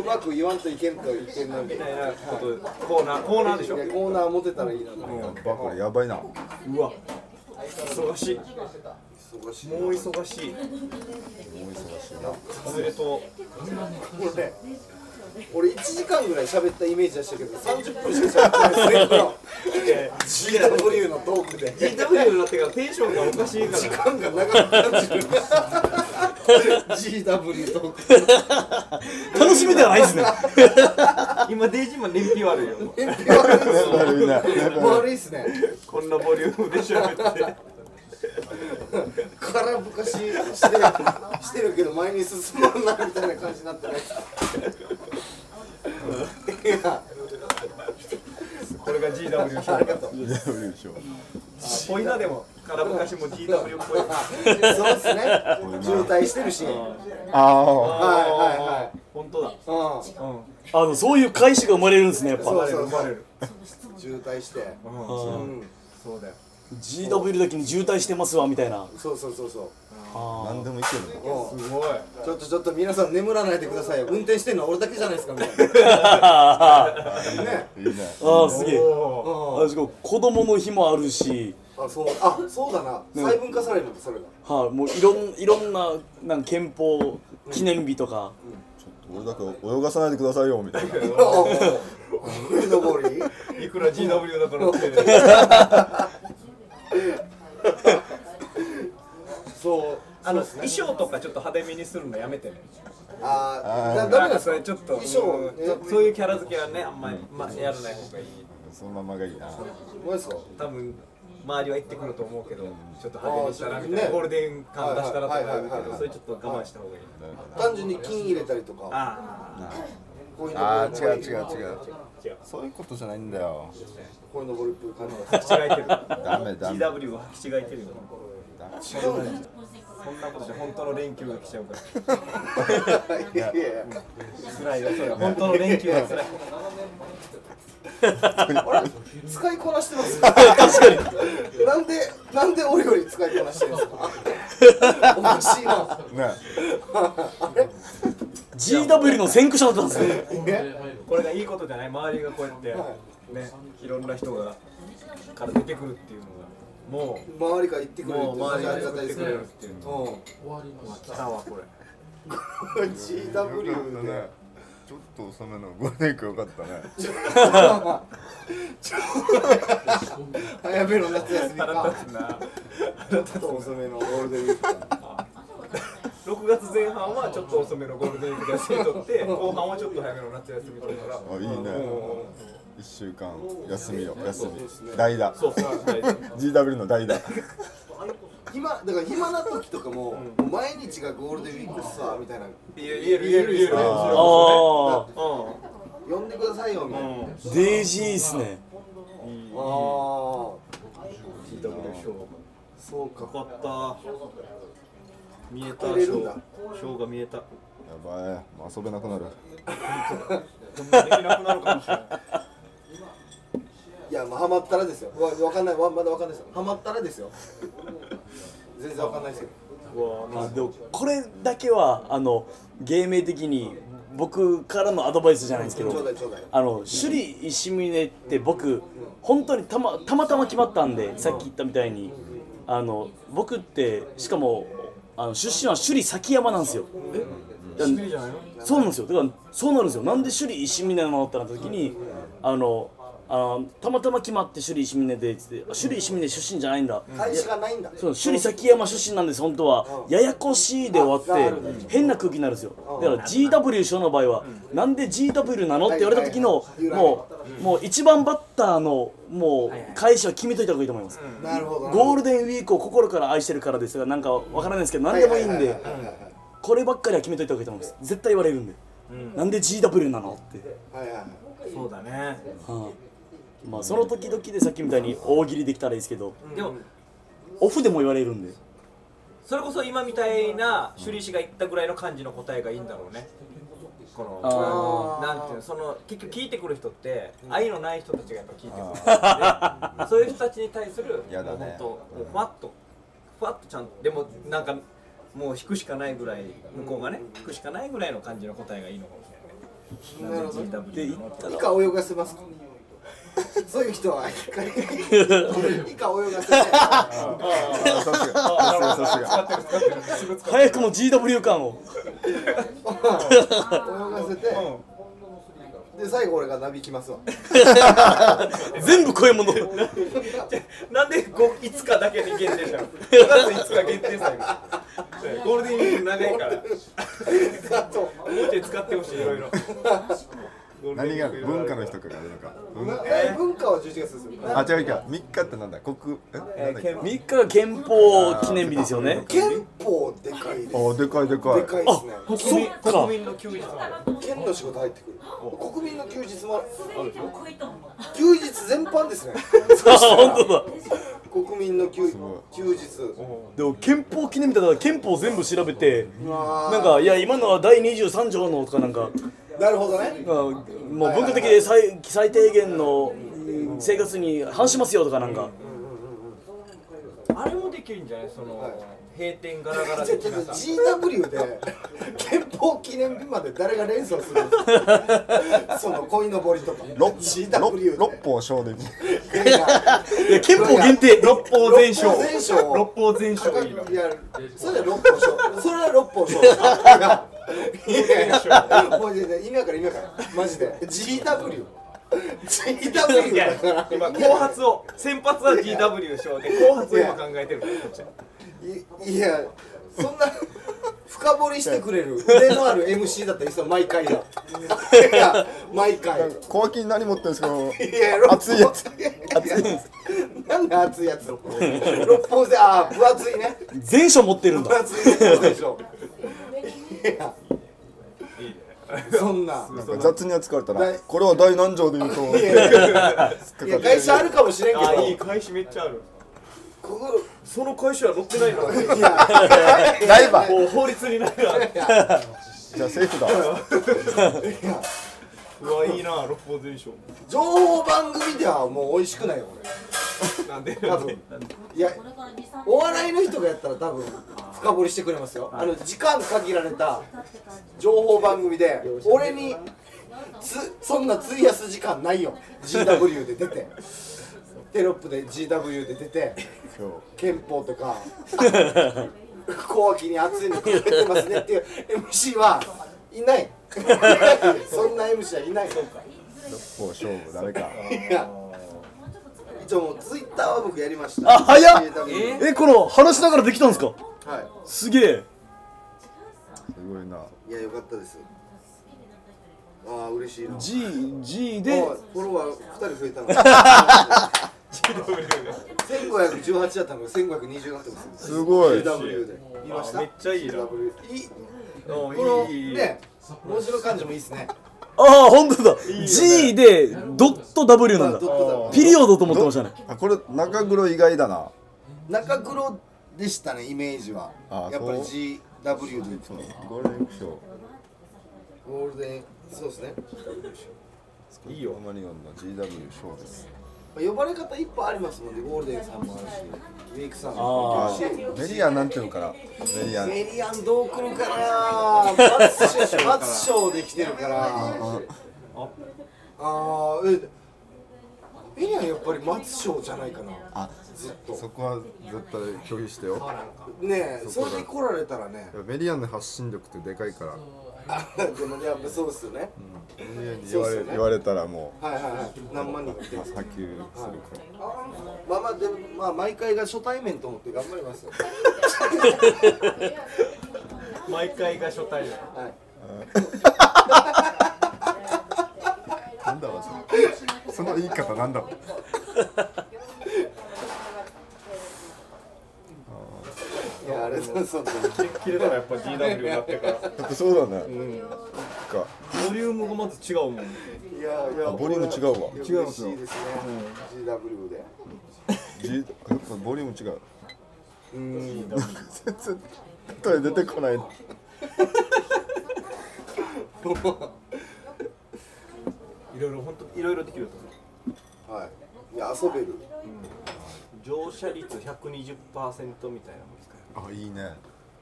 A: まく言わんといけんといけんなんで
C: クみたいなことコーナーコーナーでしょ
A: い。やコーナー持てたらいいなと思
D: やっぱこれやばい
C: う
D: な
C: わ。忙しい。
A: 忙しいな
C: もう忙しい。ずっと
A: これ俺1時間ぐらい喋ったイメージでしたけど30分しか喋ってないですね GW のトークで
C: GW になってからテンションがおかしい
A: 時
C: か
A: 間が長く感じる GW トーク
B: 楽しみではないですね
C: ら。今デイジマン燃費悪いよ。
D: 悪いな
A: 悪いっすね
C: こんなボリュームで喋って。
A: 空ぶかししてるしてるけど前に進まんなみたいな感じになってないですかいや
C: これが GW
A: ありがとう
D: やばいでしょ
C: し。ぽいなでも。からぼかしも GW っぽい。
A: そうです ね渋滞してるしはい
D: ああ
A: はいはい
C: 本当だ。
A: うん
C: うん。
B: あのそういう返しが生まれるんですねやっ
A: そ
B: ぱ
A: うそう
C: 生まれる。
A: 渋滞して
C: うん。
A: うん
C: そうだよ。
B: GW だけに渋滞してますわみたいな
A: そうそうそうそう
B: あ
D: 何でもいけるな
A: うん
C: すごい。
A: ちょっとちょっと皆さん眠らないでくださいよ運転してるのは俺だけじゃないですかみたいなね
D: いいね
B: ああすげえ
C: お
A: う
C: ー
A: ん
B: あしかも子供の日もあるし
A: あそうあそうだな細分化されるんだそれが
B: はい、もういろんいろんななんか憲法記念日とか、
D: 俺だけ泳がさないでくださいよみたいな
A: 上登り
C: いくら GW だからって。
A: そう
C: あの衣装とかちょっと派手めにするのやめてね。
A: あーだ
D: あー
A: ダメなんです
C: そ
A: か
C: れちょっと
A: 衣装
C: うん
A: ね
C: そそういうキャラ付けはねあんまり、まあ、やらない方がいい。
D: そのままがいいな
A: マジですか
C: 多分周りは言ってくると思うけど、ちょっと派手にしたら
A: あー
C: みたいな、
A: ね
C: ゴールデン感出したらとか言う
A: はいはいはい
C: け
A: は
C: ど、
A: い
C: それちょっと我慢した方がいい。
A: 単純に金入れたりとか
C: あ
A: こいの
D: ああ
A: ぼり
D: 違う違う違うそういうことじゃないんだよ
A: こいのぼりっぽい感じが
C: あ、履き違えてる。
D: ダメダメ
C: GW は履き違えてるよ。
D: った
C: 違うねそんなことで本当の連休が来ちゃうから
A: いや いや
C: 辛いよそれ本当の連休が辛い
A: 使いこなしてます よなんでなんで俺より使いこなしてるんですか おかしいな
D: ね
B: GW の先駆者だったんですよ
C: これがいいことじゃない周りがこうやってねいろんな人がから出てくるっていうのがも
A: 周りから言って
C: う
A: くれる
C: もう周りが
A: ありがた
C: 出
A: いで
C: て
A: す
C: く
A: ね
C: れるっていう
A: うん
C: のが来たわこれ
A: GW で
D: ちょっと遅めのゴールデンウィークよかったね
A: 早めの夏休み
C: 腹
A: か
C: 立つな
A: ちょっと遅めのゴールデンウィークか
C: 6月前半はちょっと遅めのゴールデンウィーク休み取 って後半はちょっと早めの夏休み取るから
D: あいいね一週間休みよ休み
A: そうですね
D: 代打
C: そうそう大丈夫
D: GW の代打
A: 今だから暇な時とかももう毎日がゴールデンウィークっすわみたいな
C: 言える言える言える言える
D: あー
B: あ
C: それこ
A: 呼んでくださいよみたいなあ
B: あデイジーっすね
C: そねうんいい
A: あー
C: GW 賞
A: そうか
C: よかった見えた
A: 入れるんだ
C: 賞賞が見えた
D: やばいもう遊べなくなる
C: こんなできなくなるかもしれない
A: いやまあハマったらですよわわかんないわまだわかんないですよハマったらですよ全然わかんないですけど
C: うわー
B: あ
C: なん
B: でもこれだけはあの芸名的に僕からのアドバイスじゃないんですけ
A: ちょうだ
B: ど
A: いちょうだい
B: あの首里石峰って僕本当にたまたまたま決まったんでさっき言ったみたいにあの僕ってしかもあの出身は首里崎山なんですよえ
C: しびれじゃないの
B: そうなんですよだからそうなるんですよなんで首里石峰なのってなった時にあのあのたまたま決まって首里石峰でっつってあ首里石峰出身じゃないんだ、
A: 返しがないんだ
B: そう首里崎山出身なんです本当は、ややこしいで終
A: あ
B: わっ
A: なるほど
B: て変な空気になるんですよ、だから GW 賞の場合は、なんで GW なのって言われた時の、
A: はいはいはい
B: もう、もう一番バッターのもう返しは決めといた方がいいと思います、
A: なるほど
B: ゴー
A: ル
B: ルデンウィークを心から愛してるからですがなんかわからないですけど何でもいいんでこればっかりは決めといた方がいいと思います絶対言われるんで、なんで GW なのって、
A: はいはいはい
C: そうだね
B: はいまあその時々でさっきみたいに大喜利できたらいいですけど
C: でも
B: オフでも言われるんで
C: それこそ今みたいな首里氏が言ったぐらいの感じの答えがいいんだろうねこの
A: あー
C: なんていうのその結局聞いてくる人って愛のない人たちがやっぱ聞いてくる、ね、そういう人たちに対する
D: やだね
C: もうほんともうふわっとふわっとちゃんとでもなんかもう引くしかないぐらい向こうがね引くしかないぐらいの感じの答えがいいのかもしれないね
A: なるほど
C: なんで GW
B: で言った
A: 以
B: ら
A: 下泳がせますかそういう人は一回以下泳がせない
D: さすがさすがさすが
B: 早くも GW 感を
A: 泳がせてで最後俺がなびきますわ
B: 全部声もの
C: なんでこう5日だけで限定したの ?5 月5日限定されるゴールデンウィーク長いからもう
A: あと
C: ちょい使ってほしいいろいろ
D: 何が文化の日とかがあるのか文化
A: え文化は11月ですよ
D: あ違う違う3日ってなんだ国えなんだっけ
B: 3日が憲法記念日ですよね
A: 憲法でかいです
D: あでかいでかい
A: でかいですね
B: そっか
C: 国民の休日もある
A: 県の仕事入ってくる国民の休日もある
F: 超えたもんな
A: 休日全般です ね
B: 本当だ
A: 国民の休
D: ごい
A: 休日
B: でも憲法記念日だから憲法全部調べて
A: な
B: なんかいや今のは第23条のとかなんか
A: なるほどね
B: あもう文化的で最最低限のうん生活に反しますよとかなんか
C: あれもできるんじゃないその、
A: はい
C: 閉店ガラガラ
A: じゃあ
C: 的
A: ちょっ
C: な
A: と
C: さ
A: GW で憲法記念日まで誰が連想するんですか その鯉のぼりとか
D: 六
A: GW で
D: 六方小で
B: いや憲法限定
C: 六方全勝
A: 六方全勝
C: 六方全
A: 価
C: 勝
A: 格
C: いいの
A: やるそれは六本賞それは六本賞いやいやもうね意味わからん意味わからんマジで GW GW
C: いや
A: だから
C: 今後発を先発は GW 賞で後発を今考えてるからこっち
A: いいやそんな深掘りしてくれる腕のある MC だったりさ毎回だいや毎回
D: 小脇に何持ってるんですか
A: いや六本
D: 熱いやつ
A: 熱いやつなんで熱いやつ六本線ああ分厚いね
B: 全書持ってるん
A: 分
B: だ
A: 厚いやつでしょいや
C: いいね
A: そんな
D: なんか雑に扱われたら
A: 大
D: これは大難条で言うと
A: いやいや会社あるかもしれんけ
C: あ
A: ど
C: いい返しめっちゃある
A: ここ
E: その会社は載ってないの
A: いや
D: ライバー
E: もう法律になるな
D: じゃあセーフだ
E: うわいいな六法全書
A: 情報番組ではもう美味しくないよこ
E: なんで
A: れ多分いやお笑いの人がやったら多分深掘りしてくれますよあの時間限られた情報番組で俺につそんな費やす時間ないよ GW で出てテロップで GW で出て
D: 今
A: 憲法とか後期に熱いのかけてますねっていう MC はい ないそんな MC はいない
D: 日もう勝負ダメか
A: いや一応もうツイッターは僕やりました
B: あ早っ
A: GW
B: えこの話しながらできたんですか
A: はい
B: すげえ
D: すごいない
A: や、良かったです。ああ、嬉しいな。
B: G, G
A: おい
B: で
A: フォロワー二人増えたの。千五百十八だったのが千五百二十になってます。
D: すごい
A: W で。見ました。
E: めっちゃいいな
A: W。いい。
E: お
A: このね、文字の漢字もいいですね。
B: ああ本当だ G でドット W なんだ
A: ドット
B: ピリオドと思ってましたね
D: あこれ中黒意外だな
A: だ。中黒でしたね、イメージは。
D: あー
A: やっぱり
D: そう
A: G W でいくと
D: そう。ゴールデンウィークショー
A: ゴールデン、そうですね。
D: いいよマリオンの GW ショーです
A: まあ呼ばれ方いっぱいありますもんね。ゴールデンさんもあるし、ウィークさんもあ
B: あ
A: るし。
D: メリアンなんていうのかなメリアン
A: メリアンどう来るかなー松賞できてるからああーえメリアンやっぱり松賞じゃないかな
D: あ
A: ずっと
D: そこは絶対拒否してよ
A: ねえ
D: そ
A: そ
D: こだ
A: れで来られたらね
D: メリアンの発信力ってでかいから
A: あでもねやっぱそうですよね
D: メリアンに言
A: そうっ
D: わ
A: す
D: れ
A: よね
D: 言われたらも
A: はいはいはい何万人って
D: う波及するから
A: まあまあでもまあ毎回が初対面と思って頑張りますよ
E: 毎回が初対面
A: はい
D: なんだわそれその言い方なんだわ
A: いやあれそうそう
E: 切れたらやっぱ GW になってから
D: やっぱそうだねか
E: ボリュームがまず違うもん
A: いやいや
D: あボリューム違うわ
A: 違う嬉しいですね GW で
D: G やっぱボリューム違う
A: うん
D: 全然声出てこない
E: いろいろ本当いろいろできると思う
A: はいいや遊べる
E: 乗車率120%みたいなもんですから
D: あいいね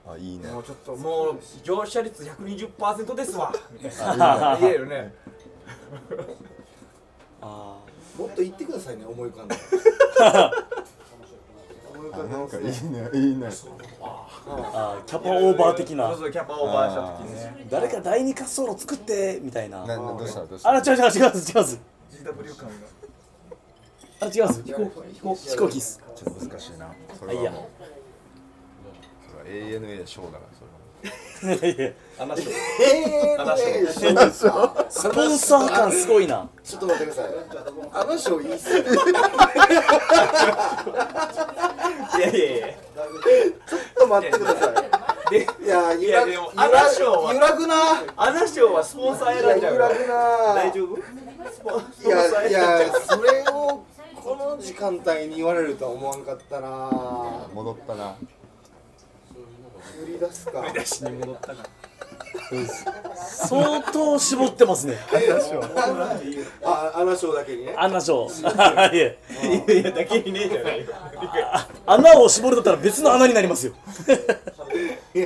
D: あいいね
E: もうちょっともう乗車率120%ですわみたいな
D: あ
E: 言えるね
B: あ
A: もっと言ってくださいね、思い浮かんだら。思い浮
D: あ
A: かんだ
D: なんからいいねいいね
B: あキャパオーバー的な
E: そうそうキャパオーバーした時ね
B: 誰か第二滑走路作ってみたい
D: な
B: な
D: などうしたどうした
B: あら違う違う違う違う
E: GW 感が
B: あ違う飛行機飛行機飛行機っす
D: ちょっと難しいなそ
B: あ
D: れ
B: いい
D: は
B: や
D: もうそれは ANA 賞だからそれはい
B: や
E: 話し
A: えー、ねえ、ちょ
B: スポンサー感すごいな
A: っと待ってください。あの人いいっすね。
E: いやいやいや
A: ちょっと待ってくださ
E: で
A: い。いや、
E: い
A: 揺ら
E: や
A: ぐ、
E: で
A: 揺
E: も
A: ら
E: あの人は
A: 揺らぐな。
E: アナ賞はスポンサー
A: いや
E: 選んじゃう
A: 揺
E: からら
A: ぐな。
E: 大丈夫スポンスポ
A: い
E: ンサー選ん
A: や、い
E: じゃう
A: や、それをこの時間帯に言われるとは思わんかったな。
D: 戻ったな
A: 売り出すか。
E: 私に戻ったから
B: 相当絞ってますね
A: あ、あの人だけにね。
B: 穴賞 いや
E: いやいやだけにねえじゃないよ
B: 穴を絞るだったら別の穴になりますよ
A: いや、
D: いい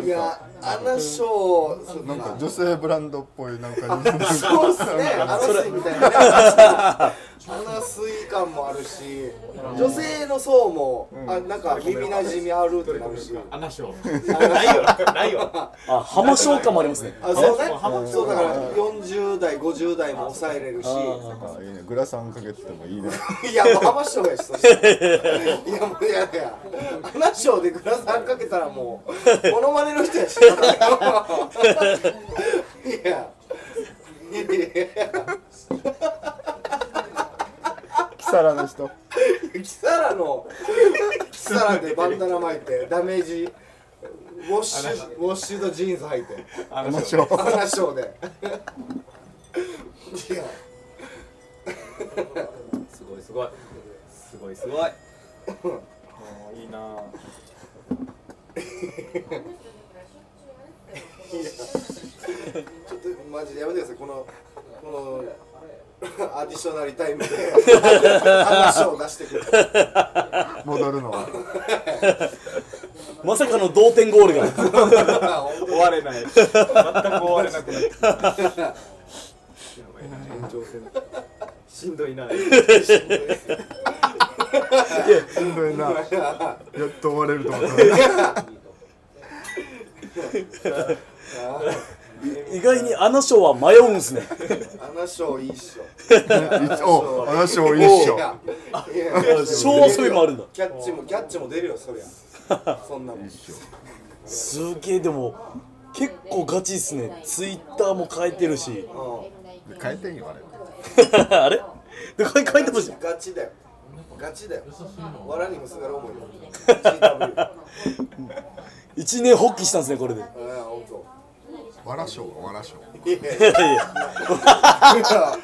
D: ね
A: いやあの人、
D: なんか女性ブランドっぽいなんか
A: そうっすね、アナスイみたいなね、アナスイ感もあるし、女性の層も、あなんか耳なじみあるってなるし、
E: アナ賞ないよないよ
B: あ浜賞感もありますね
A: あそうね
E: ハマハマ、
A: そうだから40代、50代も抑えれるし、
B: あ
D: あいいねグラサンかけててもいいね
A: いや、もう浜賞やし、そして、いや、もういやいや、アナ賞でグラサンかけたらもう、モノマネの人やし、いや、いやいや。
D: キサラの人
A: キサラのキサラでバンダナ巻いてダメージウォッシュウォッシュとジーンズ履いて
D: あの人
A: アナショーでいや
E: すごいすごいすごいすごいあーいいなぁ
A: ちょっとマジでやめてくださいこのこのアディショナルタイムで話を出してくる
D: 戻るのは
B: まさかの同点ゴールが
E: 終われない全く終われなくなったやばいな延長戦しんどいな
D: しんどいなやっと終われると思ったら
B: 意外にあの賞は迷うんすね
A: 話をいいっしょ
D: 一応話を一緒
A: いやいや
B: 賞遊びもあるんだ
A: キャッチもキャッチも出るよそりゃそんなもん
B: すげえでも結構ガチっすねツイッターも変えてるし
D: 変えてんよあれ
B: あれでこれ書いてほしい
A: ガチだよガチだよ藁にもすがる思いも GW
B: 一年発起したんですねこれでい
A: うん本当
D: わらしょうがわらしょう
A: いやいや
B: やいや
E: か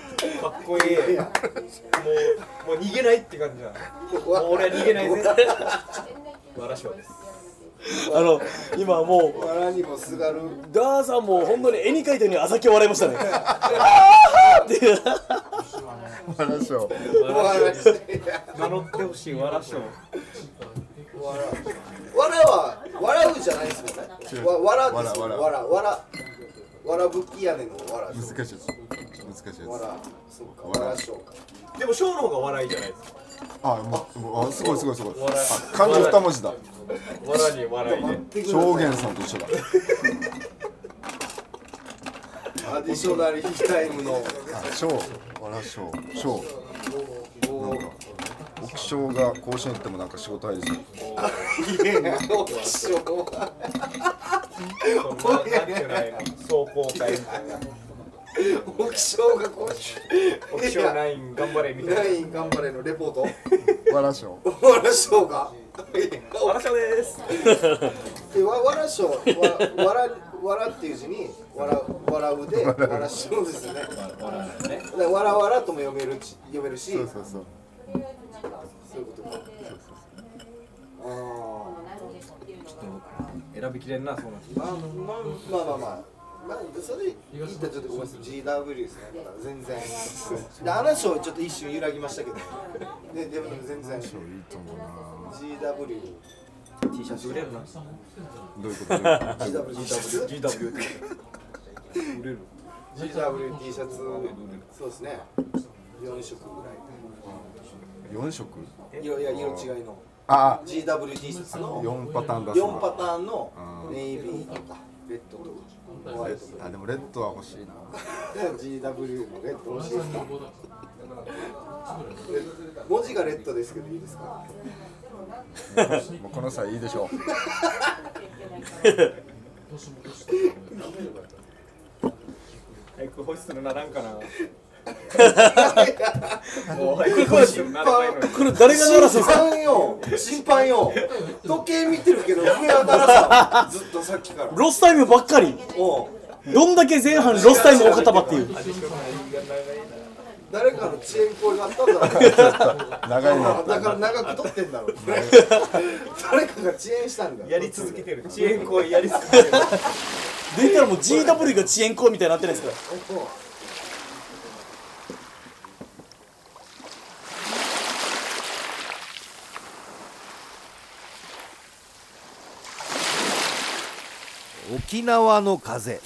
E: っこいいもうもう逃げないって感じだもう俺は逃げないぜわらしょうです
B: あの今もう
A: 藁にもすがる
B: ダーさんも本当に絵に描いたようにあざき笑いました ねあーっていう
D: わらしょう
A: 藁
E: 名乗ってほしいわらしょう
A: 藁は笑うじゃないですもんねわ藁ですよ
D: 藁
A: 藁
D: 藁
A: 藁藁藁ぶき屋根の藁で
D: 難し
A: しょ
D: いです難しいです
A: 藁そうか
D: 藁
A: 藁しょうか
E: でもショーの方が笑いじゃないですか
D: あもうもうあすごいすごいすごい
E: 笑い
D: あ漢字二文字だ
E: わらに笑いで
D: 証言さんと一緒だ
A: アディショナリータイムの
D: あしょうわらしょうしょうなんか奥将が甲子園行ってもなんか仕事入りそう
A: 大きしょう
E: そ
A: が
E: んななんていうのああいうの壮行会みたいな
A: 大きしょうがこう
E: オプションナイン頑張れみたいな
A: ナイン頑張れのレポート
D: わらしょう
A: わらしょうが
E: わらしょうです
A: でわわらしょうわわらわらっていう字にわら笑うでわらしょうですよねでわらわらとも読めるし読めるし
D: そうそうそう
A: そういうことかあ
E: 選びきれんなその人
A: ーまあまあまあまあまあまあそれ言ったらちょっとごめんなさい GW ですねまだ全然で話をちょっと一瞬揺らぎましたけどででも全然
D: いいと思うな
A: GW
E: T シャツ売れるな
D: どういうことどういうこ
A: GW T シャツ
E: GW 売れる
A: GW T シャツそうですね4色ぐ
D: と四色
A: らい色いや色違いの
D: あ
A: GW T シャツの
D: 四パターン出すな
A: 4パターンの
D: うん
A: ネイビーとかレッドとかホワイトとか
D: あでもレッドは欲しいな
A: GW のレッド欲しいですか文字がレッドですけどいいですか
D: もうこの際いいでしょう
E: 早くホイッスルならんかなもう早くホイッスルならないのに
B: これ誰が鳴らすん
A: 審
B: ですか
A: 判よ審判よ時計見てるけど上当たらさずっとさっきから
B: ロスタイムばっかり
A: おう
B: どんだけ前半ロスタイムお方ばっていう
A: 誰かの遅延行為があったんだろう
D: 長いな
A: だから長く撮ってんだろう 誰かが遅延したんだ
E: やり続けてる遅延行為やり続けてる
B: でいたらもう GW が遅延行為みたいになってないですか
A: 沖縄の風